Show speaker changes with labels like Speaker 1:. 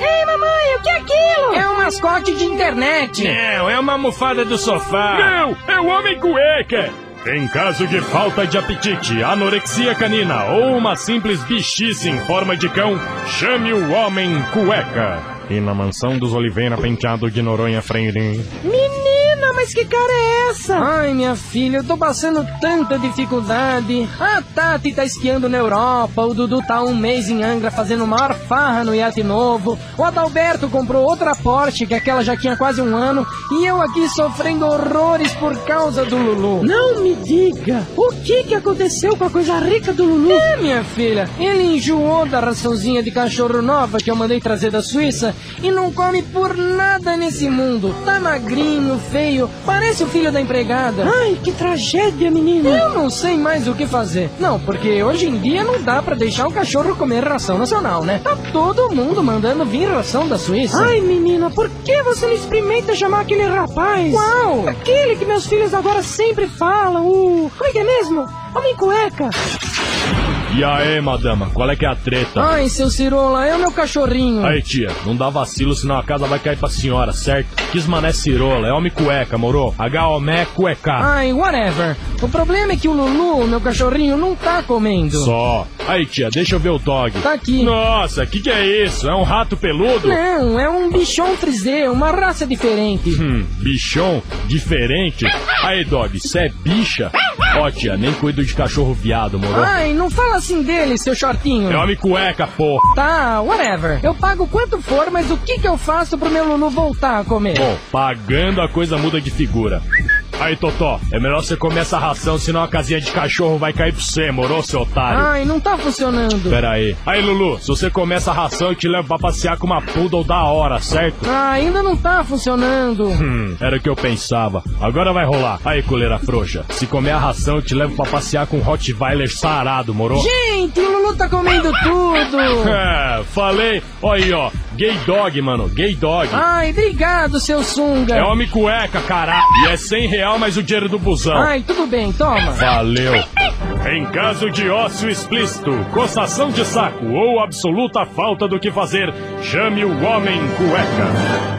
Speaker 1: Ei, mamãe, o que é aquilo?
Speaker 2: É um mascote de internet.
Speaker 3: Não, é uma almofada do sofá.
Speaker 4: Não, é o Homem Cueca. Em caso de falta de apetite, anorexia canina ou uma simples bichice em forma de cão, chame o Homem Cueca. E na mansão dos Oliveira Penteado de Noronha Freire.
Speaker 2: Menina, mas que cara é essa? Ai, minha filha, eu tô passando tanta dificuldade. A Tati tá esquiando na Europa, o Dudu tá um mês em Angra fazendo maior farra no iate novo, o Adalberto comprou outra Porsche, que é aquela já tinha quase um ano, e eu aqui sofrendo horrores por causa do Lulu.
Speaker 1: Não me diga, o que que aconteceu com a coisa rica do Lulu?
Speaker 2: É, minha filha, ele enjoou da raçãozinha de cachorro nova que eu mandei trazer da Suíça e não come por nada nesse mundo. Tá magrinho, feio, parece o filho da empregada.
Speaker 1: Ai, que tragédia, menina.
Speaker 2: Eu não sei mais o que fazer. Não, porque hoje em dia não dá pra deixar o cachorro comer ração nacional, né? Tá todo mundo mandando vir ração da Suíça.
Speaker 1: Ai, menina, por que você não experimenta chamar aquele rapaz?
Speaker 2: Qual?
Speaker 1: Aquele que meus filhos agora sempre falam, o... Como é que é mesmo? Homem cueca.
Speaker 4: E aí, madama, qual é que é a treta?
Speaker 2: Ai, seu Cirola, é o meu cachorrinho.
Speaker 4: Aí, tia, não dá vacilo, senão a casa vai cair pra senhora, certo? Quis mané Cirola, é homem cueca, moro? H-O-M-E cueca.
Speaker 2: Ai, whatever. O problema é que o Lulu, meu cachorrinho, não tá comendo.
Speaker 4: Só. Aí, tia, deixa eu ver o dog.
Speaker 2: Tá aqui.
Speaker 4: Nossa, que que é isso? É um rato peludo?
Speaker 2: Não, é um bichon frisê, uma raça diferente.
Speaker 4: Hum, bichon diferente? Aí, dog, cê é bicha? Ó, tia, nem cuido de cachorro viado, moro?
Speaker 2: Ai, não fala assim dele, seu shortinho.
Speaker 4: É homem cueca, porra.
Speaker 2: Tá, whatever. Eu pago quanto for, mas o que que eu faço pro meu Lulu voltar a comer?
Speaker 4: Bom, pagando a coisa muda de figura. Aí, Totó, é melhor você comer essa ração, senão a casinha de cachorro vai cair pra você, moro, seu otário?
Speaker 2: Ai, não tá funcionando.
Speaker 4: Pera aí. Aí, Lulu, se você comer essa ração, eu te levo pra passear com uma poodle da hora, certo?
Speaker 2: Ah, ainda não tá funcionando.
Speaker 4: Hum, era o que eu pensava. Agora vai rolar. Aí, coleira frouxa, se comer a ração, eu te levo pra passear com um Rottweiler sarado, moro?
Speaker 2: Gente, o Lulu tá comendo tudo.
Speaker 4: É, falei. Aí, ó. Gay dog, mano. Gay dog.
Speaker 2: Ai, obrigado, seu sunga.
Speaker 4: É homem cueca, caralho. E é 100 reais mais o dinheiro do busão.
Speaker 2: Ai, tudo bem, toma.
Speaker 4: Valeu. Em caso de ócio explícito, coçação de saco ou absoluta falta do que fazer, chame o homem cueca.